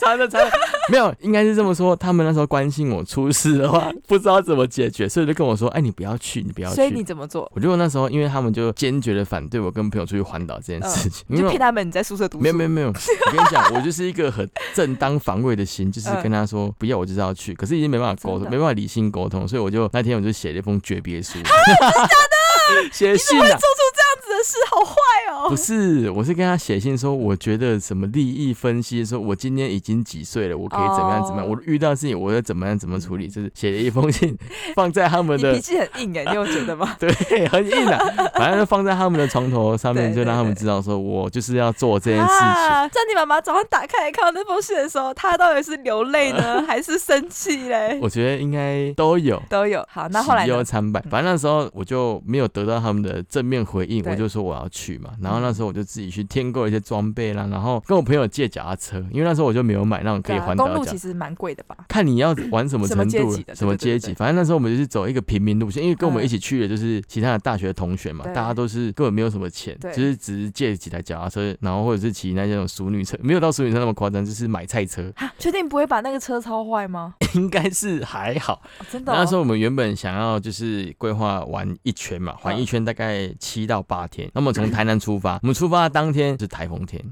Speaker 2: 惨了惨了。没有，应该是这么说，他们那时候关心我出事的话，不知道怎么解决，所以就跟我说，哎、你不要去， <laughs> 你不要去。
Speaker 1: 所以你怎么做？
Speaker 2: 我觉得我那时候，因为他们就坚决的反对我跟朋友出去环岛这件事情，
Speaker 1: 你嗯
Speaker 2: 因
Speaker 1: 就
Speaker 2: 为我
Speaker 1: 骗他们你在宿舍读书。
Speaker 2: 没有没有
Speaker 1: <laughs>
Speaker 2: 没有，我跟你讲，我就是一个很正当防卫的心，就是跟他说不要，我就是要去，可是已经没办法沟
Speaker 1: 嗯
Speaker 2: 通，
Speaker 1: 真的
Speaker 2: 没办法理性沟通，所以我就那天我就写了一封诀
Speaker 1: <laughs>
Speaker 2: 别书， <laughs> 写信啊，
Speaker 1: 做出这样子的事，好坏哦。
Speaker 2: 不是，我是跟他写信说，我觉得什么利益分析，说我今年已经几岁了，我可以怎么样怎么样，
Speaker 1: 哦
Speaker 2: 我遇到事情我要怎么样怎么处理，就是写了一封信放在他们
Speaker 1: 你
Speaker 2: 的
Speaker 1: 脾气很硬哎，你有觉得吗
Speaker 2: <laughs> ？对，很硬啊，反正就放在他们的床头上面，
Speaker 1: 对啊
Speaker 2: 就让
Speaker 1: 对
Speaker 2: 他们
Speaker 1: 对
Speaker 2: 知道说我就是要做这件事情。，
Speaker 1: 在你妈妈早上打开来看到那封信的时候，她到底是流泪呢，
Speaker 2: <laughs>
Speaker 1: 还是生气嘞？
Speaker 2: 我觉得应该都有。
Speaker 1: 都有。好，那后来
Speaker 2: 喜忧
Speaker 1: 呢？
Speaker 2: 参半，
Speaker 1: 嗯
Speaker 2: 反正那时候我就没有得到他们的正面回应，
Speaker 1: 对嗯
Speaker 2: 我就说我要去嘛。然后那时候我就自己去添购一些装备啦，然后跟我朋友借脚踏车，因为那时候我就没有买那种可
Speaker 1: 对
Speaker 2: 以
Speaker 1: 啊
Speaker 2: 环岛
Speaker 1: 公
Speaker 2: 的
Speaker 1: 路
Speaker 2: 脚
Speaker 1: 其。实蛮贵的吧？
Speaker 2: 看你要玩什么
Speaker 1: 什
Speaker 2: 程
Speaker 1: 么
Speaker 2: 度
Speaker 1: 阶级的，
Speaker 2: 什么
Speaker 1: 对对对
Speaker 2: 阶
Speaker 1: 对
Speaker 2: 级，
Speaker 1: 对
Speaker 2: 反正那时候我们就是走一个平民路线，因为跟我们
Speaker 1: 嗯
Speaker 2: 一起去的就是其他的大学同学嘛，
Speaker 1: 对
Speaker 2: 大家都是根本没有什么钱，
Speaker 1: 对
Speaker 2: 就是只是借几台脚踏车，然后或者是骑那些那种淑女车，没有到淑女车那么夸张，就是买
Speaker 1: <laughs>
Speaker 2: 菜车，
Speaker 1: 啊确定不会把那个车超坏吗？
Speaker 2: 应该是还好。
Speaker 1: 哦真的哦、
Speaker 2: 那时候我们原本想要就是规划玩一圈
Speaker 1: 嗯
Speaker 2: 嘛，环一圈大概七到八天。那
Speaker 1: <laughs>
Speaker 2: 么从台南出发，我们出发的当天是台风天，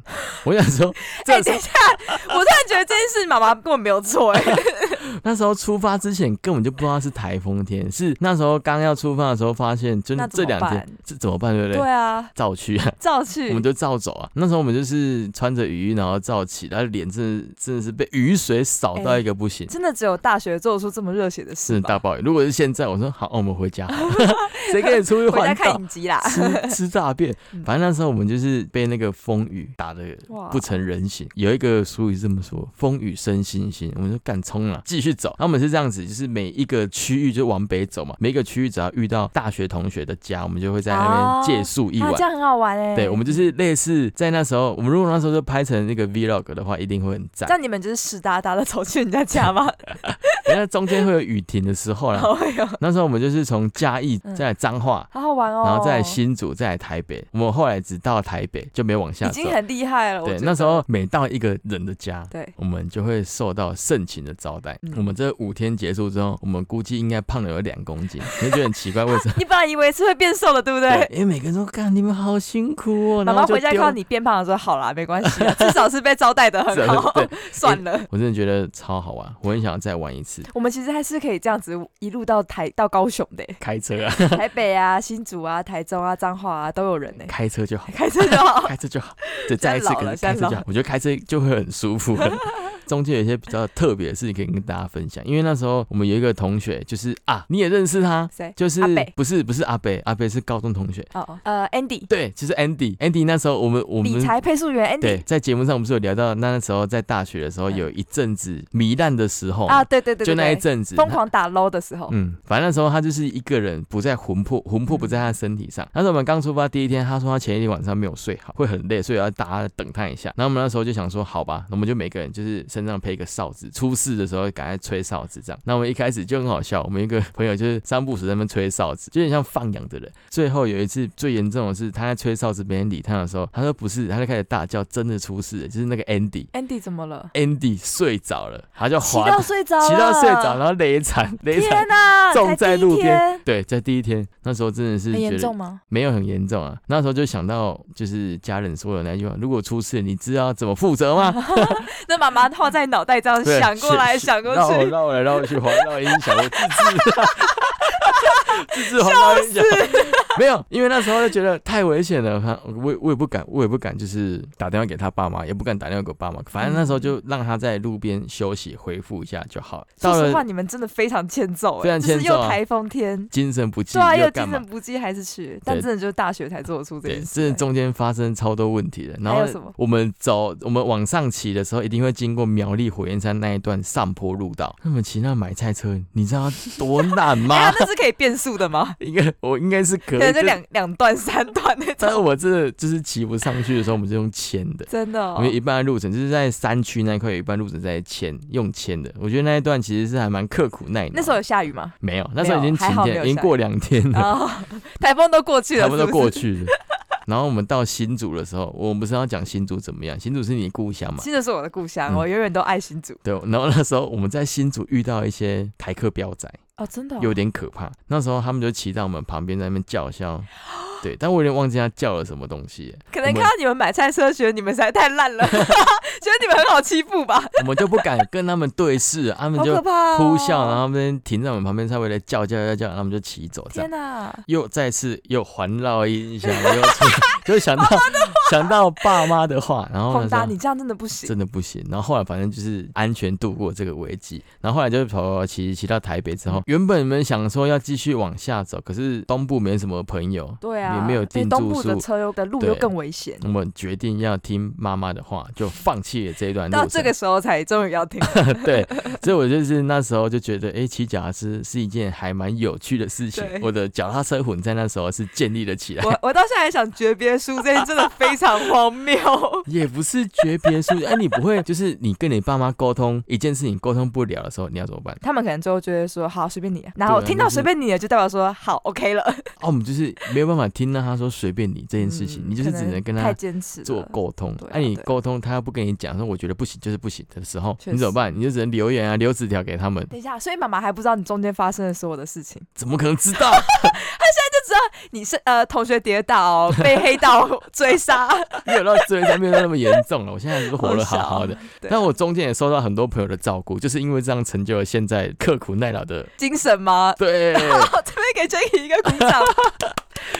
Speaker 2: 我想说
Speaker 1: 哎、<laughs>
Speaker 2: 这
Speaker 1: 等一下，我突然觉得这件事妈妈根本没有错哎、
Speaker 2: 那时候出发之前根本就不知道是台风天，是那时候刚要出发的时候发现，就
Speaker 1: 那怎
Speaker 2: 这
Speaker 1: 么
Speaker 2: 两天
Speaker 1: 办
Speaker 2: 这怎么办，对不对？
Speaker 1: 对啊，嗯
Speaker 2: 照去啊，
Speaker 1: 照
Speaker 2: 我
Speaker 1: 去
Speaker 2: 们。就照走啊。那时候我们就是穿着雨衣，然后照起，然后脸真的真的是被雨水扫到一个不行。
Speaker 1: 真的只有大学做出这么热血的
Speaker 2: 真
Speaker 1: 事
Speaker 2: 的大
Speaker 1: 吧？
Speaker 2: 暴雨。如果是现在，我说好，哦我们
Speaker 1: <laughs>
Speaker 2: 回家好了，谁跟你出去
Speaker 1: 回家
Speaker 2: 环
Speaker 1: 看
Speaker 2: 岛？
Speaker 1: 影集啦。
Speaker 2: 吃
Speaker 1: <laughs>
Speaker 2: 吃大便
Speaker 1: 嗯，
Speaker 2: 反正那时候我们就是被那个风雨打的
Speaker 1: 哇
Speaker 2: 不成人形。有一个俗语是这么说：“风雨生信心。”我们就敢冲了，继续走。然后我们是这样子，就是每一个区域就往北走嘛，每一个区域只要遇到大学同学的家，我们就会在那
Speaker 1: 哦
Speaker 2: 边借宿一晚
Speaker 1: 啊，这。样很好玩哎。
Speaker 2: 对，我们就是类似在那时候，我们如果那时候就拍成那个 vlog 的话，一定会很赞
Speaker 1: 这。样你们就是湿哒哒的走去人家家
Speaker 2: <laughs>
Speaker 1: 吗？
Speaker 2: 嗯因为中间会有雨停的
Speaker 1: <laughs>
Speaker 2: 时候啦。
Speaker 1: 好哦哟，
Speaker 2: 那时候我们就是从嘉义
Speaker 1: 嗯
Speaker 2: 再来彰化，
Speaker 1: 好好玩哦。
Speaker 2: 然后再来新竹，再来台北。我们后来只到台北，就没往下
Speaker 1: 已
Speaker 2: 走
Speaker 1: 经。很厉害了。我
Speaker 2: 对，
Speaker 1: 觉
Speaker 2: 那
Speaker 1: 得
Speaker 2: 时候每到一个人的家， <laughs>
Speaker 1: 对，
Speaker 2: 我们就会受到盛情的招待。
Speaker 1: 嗯
Speaker 2: 我们这五天结束之后，我们估计应该胖了有两公斤，你会觉得很奇怪，为什么？
Speaker 1: 你本来以为是会变瘦的，对不 <laughs> 对？
Speaker 2: 因为每个人说：“干，你们好辛苦
Speaker 1: <laughs>
Speaker 2: 哦。”
Speaker 1: 妈
Speaker 2: 然
Speaker 1: 妈
Speaker 2: 后就
Speaker 1: 回家看
Speaker 2: 丢，
Speaker 1: 到你变胖的时候，好啦，没关系啦，啊至少是被招待的很好
Speaker 2: 啊 <laughs> 对
Speaker 1: <laughs> 算了。
Speaker 2: 我真的觉得超好玩，我很想再玩一次。，
Speaker 1: 我们其实还是可以这样子一路到台到高雄的 <laughs> 欸
Speaker 2: 开车啊，
Speaker 1: 台北啊、新竹啊、台中啊、彰化啊都有人呢，
Speaker 2: 开车就好，
Speaker 1: <laughs> 开车就好。
Speaker 2: 开车就好。对，
Speaker 1: 在
Speaker 2: 再一次
Speaker 1: 老
Speaker 2: 可
Speaker 1: 了
Speaker 2: 能
Speaker 1: 现在
Speaker 2: 开车就
Speaker 1: 老
Speaker 2: 好，我觉得开车就会很舒服
Speaker 1: <laughs>
Speaker 2: 了。中间有一些比较特别的事情可以跟大家分享，因为那时候我们有一个同学，就是啊，你也认识他，
Speaker 1: <laughs> 谁？
Speaker 2: 就是
Speaker 1: 阿北
Speaker 2: 不是不是阿北，阿北是高中同学。
Speaker 1: 哦哦，呃，Andy，
Speaker 2: 对，就是 Andy，Andy 那时候我们我
Speaker 1: 理
Speaker 2: 们
Speaker 1: 财配速员 Andy
Speaker 2: 对在节目上不是有聊到，那时候在大学的时候
Speaker 1: 嗯
Speaker 2: 有一阵子糜烂的时候
Speaker 1: 啊，
Speaker 2: 嘛，
Speaker 1: 对对对，
Speaker 2: 哦
Speaker 1: 对
Speaker 2: 就那一
Speaker 1: 对
Speaker 2: 阵子
Speaker 1: 疯狂打 low 的时候，
Speaker 2: 嗯，反正那时候他就是一个人，不在魂魄，魂魄不
Speaker 1: 嗯
Speaker 2: 在他的身体上。那时候我们刚出发第一天，他说他前一天晚上没有睡好，会很累，所以要大家等他一下。然后我们那时候就想说，好吧，那我们就每个人就是身上配一个哨子，出事的时候赶快吹哨子这样。那我们一开始就很好笑，我们有一个朋友就是三不五时在那边吹哨子，就有点像放羊的人。最后有一次最严重的是，他在吹哨子，没人理他的时候，他说不是，他就开始大叫，真的出事了，就是那个 Andy。
Speaker 1: Andy 怎么了？
Speaker 2: Andy 睡着了，他就
Speaker 1: 骑
Speaker 2: 滑
Speaker 1: 到睡着了，
Speaker 2: 骑到睡着，然后雷惨，雷惨
Speaker 1: 天哪，
Speaker 2: 撞
Speaker 1: 才
Speaker 2: 在
Speaker 1: 第一
Speaker 2: 路边
Speaker 1: 天
Speaker 2: 对，在第一天那时候真的是
Speaker 1: 很
Speaker 2: 觉
Speaker 1: 严
Speaker 2: 得
Speaker 1: 重吗？ <laughs>
Speaker 2: 没有很严重啊，那时候就想到就是家人说的那句话：如果出事，你知道怎么负责
Speaker 1: <laughs>
Speaker 2: 吗？
Speaker 1: 那妈妈画在脑袋这样
Speaker 2: 对
Speaker 1: 想过来
Speaker 2: 是
Speaker 1: 想过
Speaker 2: 绕我
Speaker 1: 去，
Speaker 2: 绕来绕去，环绕音响，我自制，
Speaker 1: <laughs>
Speaker 2: 自制环绕音响。没有，因为那时候就觉得太危险了，反我也我也不敢，我也不敢，就是打电话给他爸妈，也不敢打电话给我爸妈。反正那时
Speaker 1: 嗯
Speaker 2: 候就让他在路边休息恢复一下就好了。到
Speaker 1: 说实话，
Speaker 2: 了
Speaker 1: 你们真的非常欠揍
Speaker 2: 非
Speaker 1: 哎，
Speaker 2: 常
Speaker 1: 就是
Speaker 2: 欠揍啊
Speaker 1: 又台风天，
Speaker 2: 精神不济
Speaker 1: 对啊，又
Speaker 2: 又
Speaker 1: 精
Speaker 2: 干嘛
Speaker 1: 神？不济还是去，但
Speaker 2: 对
Speaker 1: 真的就是大学才做出这
Speaker 2: 对，
Speaker 1: 件
Speaker 2: 真
Speaker 1: 事
Speaker 2: 的
Speaker 1: 哎。
Speaker 2: 中间发生超多问题的。然
Speaker 1: 还有
Speaker 2: 后
Speaker 1: 什么
Speaker 2: 我们走，我们往上骑的时候，一定会经过苗栗火焰山那一段上坡路道。那么骑那买菜车，你知道多难
Speaker 1: <laughs> 哎
Speaker 2: 吗
Speaker 1: 呀，？那是可以变速的吗？
Speaker 2: 应该我应该是可
Speaker 1: 可
Speaker 2: 以，
Speaker 1: 能就
Speaker 2: 但
Speaker 1: 两两段、三段那
Speaker 2: 但是
Speaker 1: 种，
Speaker 2: 我真的就是骑不上去的时候，我们就用牵的。
Speaker 1: 真的哦
Speaker 2: 因为。一半的路程就是在山区那一块，有一半路程在牵，用牵的。我觉得那一段其实是还蛮刻苦耐劳的。
Speaker 1: 那时候有下雨
Speaker 2: <laughs>
Speaker 1: 吗？
Speaker 2: 没有，那时候已
Speaker 1: 没有
Speaker 2: 经
Speaker 1: 还
Speaker 2: 晴
Speaker 1: 好没
Speaker 2: 天，
Speaker 1: 有
Speaker 2: 已经
Speaker 1: 下
Speaker 2: 过两天了。
Speaker 1: 哦， <laughs> 台风都过去了，
Speaker 2: <laughs> 差不多
Speaker 1: 是
Speaker 2: 过
Speaker 1: 不是？
Speaker 2: 去了。然后我们到新竹的时候，我们不是要讲新竹怎么样？新竹是你故乡嘛？
Speaker 1: 新竹是我的故乡，
Speaker 2: 嗯
Speaker 1: 我永远都爱新竹。
Speaker 2: 对。然后那时候我们在新竹遇到一些台客彪仔，
Speaker 1: 哦，真的哦
Speaker 2: 有点可怕。那时候他们就骑到我们旁边，在那边
Speaker 1: <gasps>
Speaker 2: 叫嚣。对，但我有点忘记他叫了什么东西了，
Speaker 1: 可
Speaker 2: 我
Speaker 1: 能
Speaker 2: 们
Speaker 1: 看到你们买菜车，觉得你们实在太烂了，觉 <laughs> 得你们很好欺负吧？
Speaker 2: 我们就不敢跟他们对视啊，他们
Speaker 1: 好
Speaker 2: 就
Speaker 1: 可怕、哦！
Speaker 2: 呼啸，然后他们停在我们旁边，稍微来叫叫叫叫，然后他们就骑走这样
Speaker 1: 天。哪、
Speaker 2: 又再次又环绕音响，又出 <laughs> 就
Speaker 1: <laughs>
Speaker 2: 想到想到爸妈的话，然后
Speaker 1: 宏
Speaker 2: 呢说
Speaker 1: 达，哦你这样真的不行。
Speaker 2: 真的不行。然后后来反正就是安全度过这个危机，然后后来就跑骑骑到台北之
Speaker 1: 嗯
Speaker 2: 后，原本你们想说要继续往下走，可是东部没什么朋友，
Speaker 1: 对啊，
Speaker 2: 也没有
Speaker 1: 因为
Speaker 2: 定
Speaker 1: 东
Speaker 2: 住
Speaker 1: 部的
Speaker 2: 宿
Speaker 1: 车又的路
Speaker 2: 对嗯
Speaker 1: 又更危险。
Speaker 2: 我们决定要听妈妈的话，就放弃了这一段路
Speaker 1: 到
Speaker 2: 程。
Speaker 1: 这个时候才终于要停，
Speaker 2: <laughs> 对，所以我就是那时候就觉得，哎、骑脚踏车是一件还蛮有趣的事情
Speaker 1: 对。
Speaker 2: 我的脚踏车魂在那时候是建立了起来。
Speaker 1: 我我到现在还想诀别书这件真的非
Speaker 2: <laughs>
Speaker 1: 常荒谬。
Speaker 2: 也不是诀别书，哎、你不会就是你跟你爸妈沟通一件事情沟通不了的时候，你要怎么办？
Speaker 1: 他们可能最后觉得说好随便你，然后
Speaker 2: 对啊
Speaker 1: 听到
Speaker 2: 就是
Speaker 1: 随便你了就代表说好 OK 了。
Speaker 2: 哦，我们就是没有办法听到他说随便你这件事情，
Speaker 1: 嗯
Speaker 2: 你就是
Speaker 1: 可
Speaker 2: 只能跟
Speaker 1: 太
Speaker 2: 他
Speaker 1: 坚持了
Speaker 2: 做沟通。
Speaker 1: 对啊
Speaker 2: 那、你
Speaker 1: 对啊
Speaker 2: 沟通，他不跟你讲说我觉得不行就是不行的时候，
Speaker 1: 确
Speaker 2: 你怎么
Speaker 1: 实
Speaker 2: 办？你就只能留言啊，留纸条给他们，
Speaker 1: 等一下，所以妈妈还不知道你中间发生的所有的事情，
Speaker 2: 怎么可能知道？
Speaker 1: 知道你是呃同学跌倒被黑道 <laughs> 追杀，
Speaker 2: <laughs> 没有到追杀，没有到那么严重了。我现在都活得好好的，
Speaker 1: 对
Speaker 2: 但我中间也受到很多朋友的照顾，就是因为这样成就了现在刻苦耐劳
Speaker 1: <laughs>
Speaker 2: 的。
Speaker 1: 精神吗？
Speaker 2: 对，
Speaker 1: 好，这边给 Jacky 一个鼓
Speaker 2: <laughs>
Speaker 1: 掌，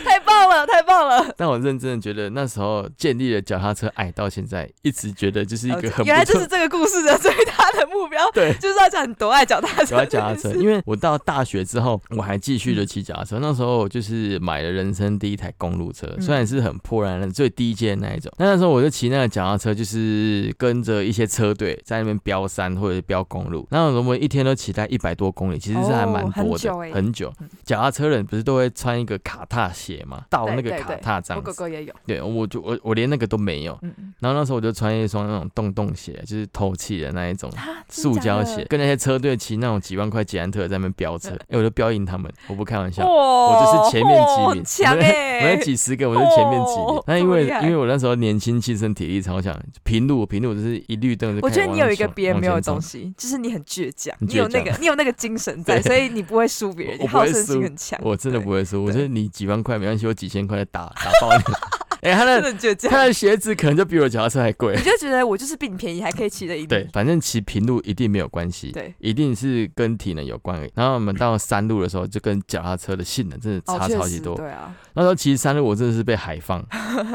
Speaker 1: 太棒了，太棒了！
Speaker 2: 但我认真的觉得那时候建立了脚踏车爱，到现在一直觉得就是一个很不
Speaker 1: 原来这
Speaker 2: 错
Speaker 1: 是这个故事的最大的目标，
Speaker 2: <laughs> 对。
Speaker 1: 就是要讲你多爱脚踏
Speaker 2: 我
Speaker 1: 车
Speaker 2: 要
Speaker 1: 这件事。
Speaker 2: 脚
Speaker 1: <laughs>
Speaker 2: 踏车，因为我到大学之后，我还继续的骑脚踏车。那时候我就是买了人生第一台公路车，
Speaker 1: 嗯
Speaker 2: 虽然是很破烂的最低阶的那一种，但那时候我就骑那个脚踏车，就是跟着一些车队在那边飙山或者是飙公路。那我们一天都骑大概一百多公里，其实是还蛮
Speaker 1: 哦很
Speaker 2: 多的，
Speaker 1: 久欸
Speaker 2: 很久
Speaker 1: 嗯。
Speaker 2: 脚踏车人不是都会穿一个卡踏鞋嘛，到那
Speaker 1: 对
Speaker 2: 个
Speaker 1: 对
Speaker 2: 卡
Speaker 1: 对
Speaker 2: 踏这
Speaker 1: 我
Speaker 2: 样
Speaker 1: 哥
Speaker 2: 子。
Speaker 1: 哥也有，
Speaker 2: 对，我就我我连那个都没有。
Speaker 1: 嗯嗯，
Speaker 2: 然后那时候我就穿一双那种洞洞鞋，就是透气的那一种。
Speaker 1: 啊
Speaker 2: 塑胶。鞋
Speaker 1: 真，
Speaker 2: 跟那些车队骑那种几万块捷安特在那边飙车，
Speaker 1: 嗯
Speaker 2: 哎、我就飙赢他们，我不开玩
Speaker 1: 的假的
Speaker 2: 笑。
Speaker 1: 哇，
Speaker 2: 我就是前面几名，
Speaker 1: 很强哦哎、
Speaker 2: 我那几十个，我就是前面几名
Speaker 1: 哦。
Speaker 2: 那因为
Speaker 1: 这么厉害
Speaker 2: 因为我那时候年轻气盛，体力超强，平路平路就是一绿灯就
Speaker 1: 我
Speaker 2: 开始
Speaker 1: 觉得你有一个
Speaker 2: 往前
Speaker 1: 别人没有的东
Speaker 2: 往前
Speaker 1: 西，就是你很倔强，
Speaker 2: 很
Speaker 1: 你有
Speaker 2: 倔
Speaker 1: 那
Speaker 2: 强
Speaker 1: 个你有那个精神在，
Speaker 2: 对
Speaker 1: 所以你不会输别人，
Speaker 2: 我
Speaker 1: 你
Speaker 2: 不会
Speaker 1: 好胜心
Speaker 2: 输
Speaker 1: 很强
Speaker 2: 冲。。我真的
Speaker 1: 对
Speaker 2: 不会输，我
Speaker 1: 对
Speaker 2: 觉得你几万块没关系，我几千块就打 <laughs> 打
Speaker 1: <laughs>
Speaker 2: 爆你。哎、他
Speaker 1: 真
Speaker 2: 的
Speaker 1: 的很倔强，
Speaker 2: 他的鞋子可能就比我脚踏车还贵
Speaker 1: 你。就觉得我就是比你便宜，还可以骑得赢你。
Speaker 2: 对，反正骑平路一定没有关系，
Speaker 1: 对
Speaker 2: 一定是跟体能有关而已。然后我们到山路的时候，就跟脚踏车的性能真的
Speaker 1: 哦，
Speaker 2: 差
Speaker 1: 确
Speaker 2: 超级
Speaker 1: 实
Speaker 2: 多。
Speaker 1: 对啊，
Speaker 2: 那时候骑山路，我真的是被海
Speaker 1: <laughs>
Speaker 2: 放，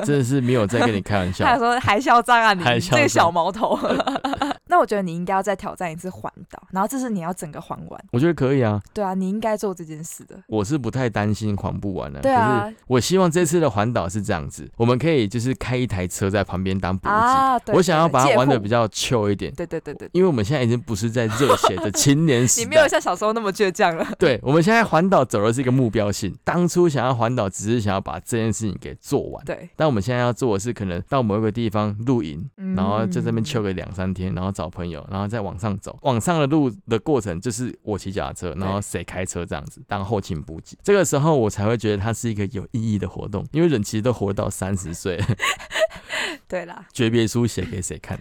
Speaker 2: 真的是没有在跟你开玩
Speaker 1: 他有
Speaker 2: 笑。
Speaker 1: 说还嚣张啊你，
Speaker 2: 还
Speaker 1: 你
Speaker 2: 嚣
Speaker 1: 这个
Speaker 2: 张
Speaker 1: 小毛
Speaker 2: <laughs>
Speaker 1: 头。 <laughs> 那我觉得你应该要再挑战一次环岛，然后这是你要整个环完。
Speaker 2: 我觉得可以啊，
Speaker 1: 对啊，你应该做这件事的。
Speaker 2: 我是不太担心环不完的、
Speaker 1: 对啊
Speaker 2: 可是我希望这次的环岛是这样子，我们可以就是开一台车在旁边当补给。
Speaker 1: 啊，对
Speaker 2: 我想要把它玩的比
Speaker 1: 较，
Speaker 2: 较 chill 一点，
Speaker 1: 对对对对，
Speaker 2: 因为我们现在已经不是在热血的青年时
Speaker 1: 你
Speaker 2: 代，
Speaker 1: 没有像小时候那么倔强了。
Speaker 2: <laughs> 对，我们现在环岛走的是一个目标性，当初想要环岛只是想要把这件事情给做完。
Speaker 1: 对，
Speaker 2: 但我们现在要做的是，可能到某一个地方露营，然后在这边
Speaker 1: 嗯
Speaker 2: chill 个两三天，然后找朋友，然后再往上走。往上的路的过程就是我骑脚踏车，然后谁开车这样子当后勤补给。这个时候我才会觉得它是一个有意义的活动，因为人其实都活到三十岁了， <laughs>
Speaker 1: 对啦，
Speaker 2: 诀别书写给谁看？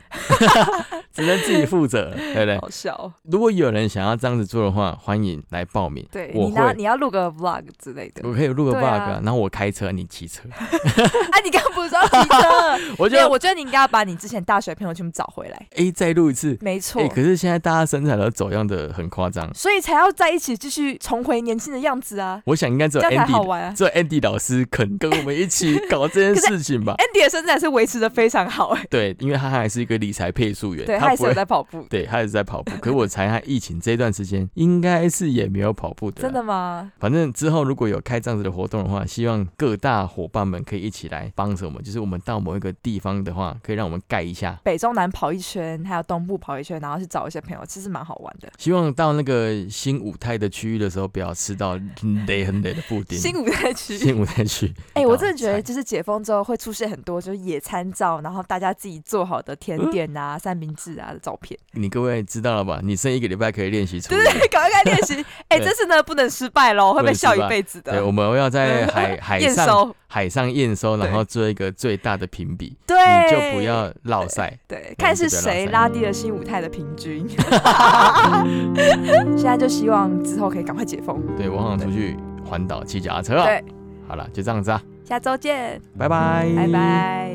Speaker 2: <laughs> 只能自己负责了，对不对？
Speaker 1: 好笑哦。
Speaker 2: 如果有人想要这样子做的话，欢迎来报名。
Speaker 1: 对
Speaker 2: 我
Speaker 1: 你拿
Speaker 2: 会
Speaker 1: 你要录个 vlog 之类的。
Speaker 2: 我可以录个 bug，、
Speaker 1: 对啊
Speaker 2: 然后我开车，你骑车，
Speaker 1: 啊，你刚刚不是说骑车？
Speaker 2: <laughs> 我就
Speaker 1: 对，我觉得你应该要把你之前大学朋友全部找回来。
Speaker 2: 哎、再录一次。
Speaker 1: 没错
Speaker 2: 哎、，可是现在大家身材都走样的很夸张，
Speaker 1: 所以才要在一起继续重回年轻的样子啊，
Speaker 2: 我想应该只
Speaker 1: 这
Speaker 2: 有
Speaker 1: 样才好
Speaker 2: Andy，
Speaker 1: 玩 <laughs> 啊。
Speaker 2: 只有 Andy 老师肯跟我们一起搞这件
Speaker 1: 可是
Speaker 2: 事情吧？
Speaker 1: Andy 的身材是维持的非常好哎、
Speaker 2: 对，因为他还是一个理财配速员，
Speaker 1: 对，他
Speaker 2: 他
Speaker 1: 也
Speaker 2: 不
Speaker 1: 是有
Speaker 2: 会，
Speaker 1: 在跑步。
Speaker 2: <laughs> 对他也是在跑步。可是我猜他疫情这段时间应该是也没有跑步的，
Speaker 1: 真。的吗？
Speaker 2: 反正之后如果有开这样子的活动的话，希望各大伙伴们可以一起来帮着我们，就是我们到某一个地方的话，可以让我们盖一下。
Speaker 1: 北中南跑一圈，还有东部跑一圈，然后去找一些朋友，其实蛮好玩的。
Speaker 2: 希望到那个新五泰的区域的时候，不要吃到很累很累的布丁。
Speaker 1: 新五代区，
Speaker 2: 新五泰区，
Speaker 1: 哎、我真的觉得
Speaker 2: 一道
Speaker 1: 就是解封之后会出现很多就是野餐照，然后大家自己做好的甜点啊、三明治啊的照片。
Speaker 2: 菜你各位知道了吧？你剩一个礼拜可以练习厨
Speaker 1: 对
Speaker 2: 艺。
Speaker 1: 对对，赶快开练
Speaker 2: <laughs>
Speaker 1: 习。哎、
Speaker 2: 对
Speaker 1: 这次呢不能失败喽，会被笑一辈子
Speaker 2: 对，
Speaker 1: 的。嗯
Speaker 2: 我们要在海海
Speaker 1: 验
Speaker 2: 上
Speaker 1: 收，
Speaker 2: 海上验收，然
Speaker 1: 对
Speaker 2: 后做一个最大的评比，
Speaker 1: 对，
Speaker 2: 你就不要落赛。
Speaker 1: 对，看是谁拉
Speaker 2: 嗯
Speaker 1: 低了新舞台的平
Speaker 2: <laughs>
Speaker 1: 均。 <laughs> 现在就希望之后可以赶快解封。
Speaker 2: 对我好想出去环岛骑脚踏车啊。
Speaker 1: 对，
Speaker 2: 好了，就这样子啊，
Speaker 1: 下周见，
Speaker 2: 拜拜，
Speaker 1: 拜。拜。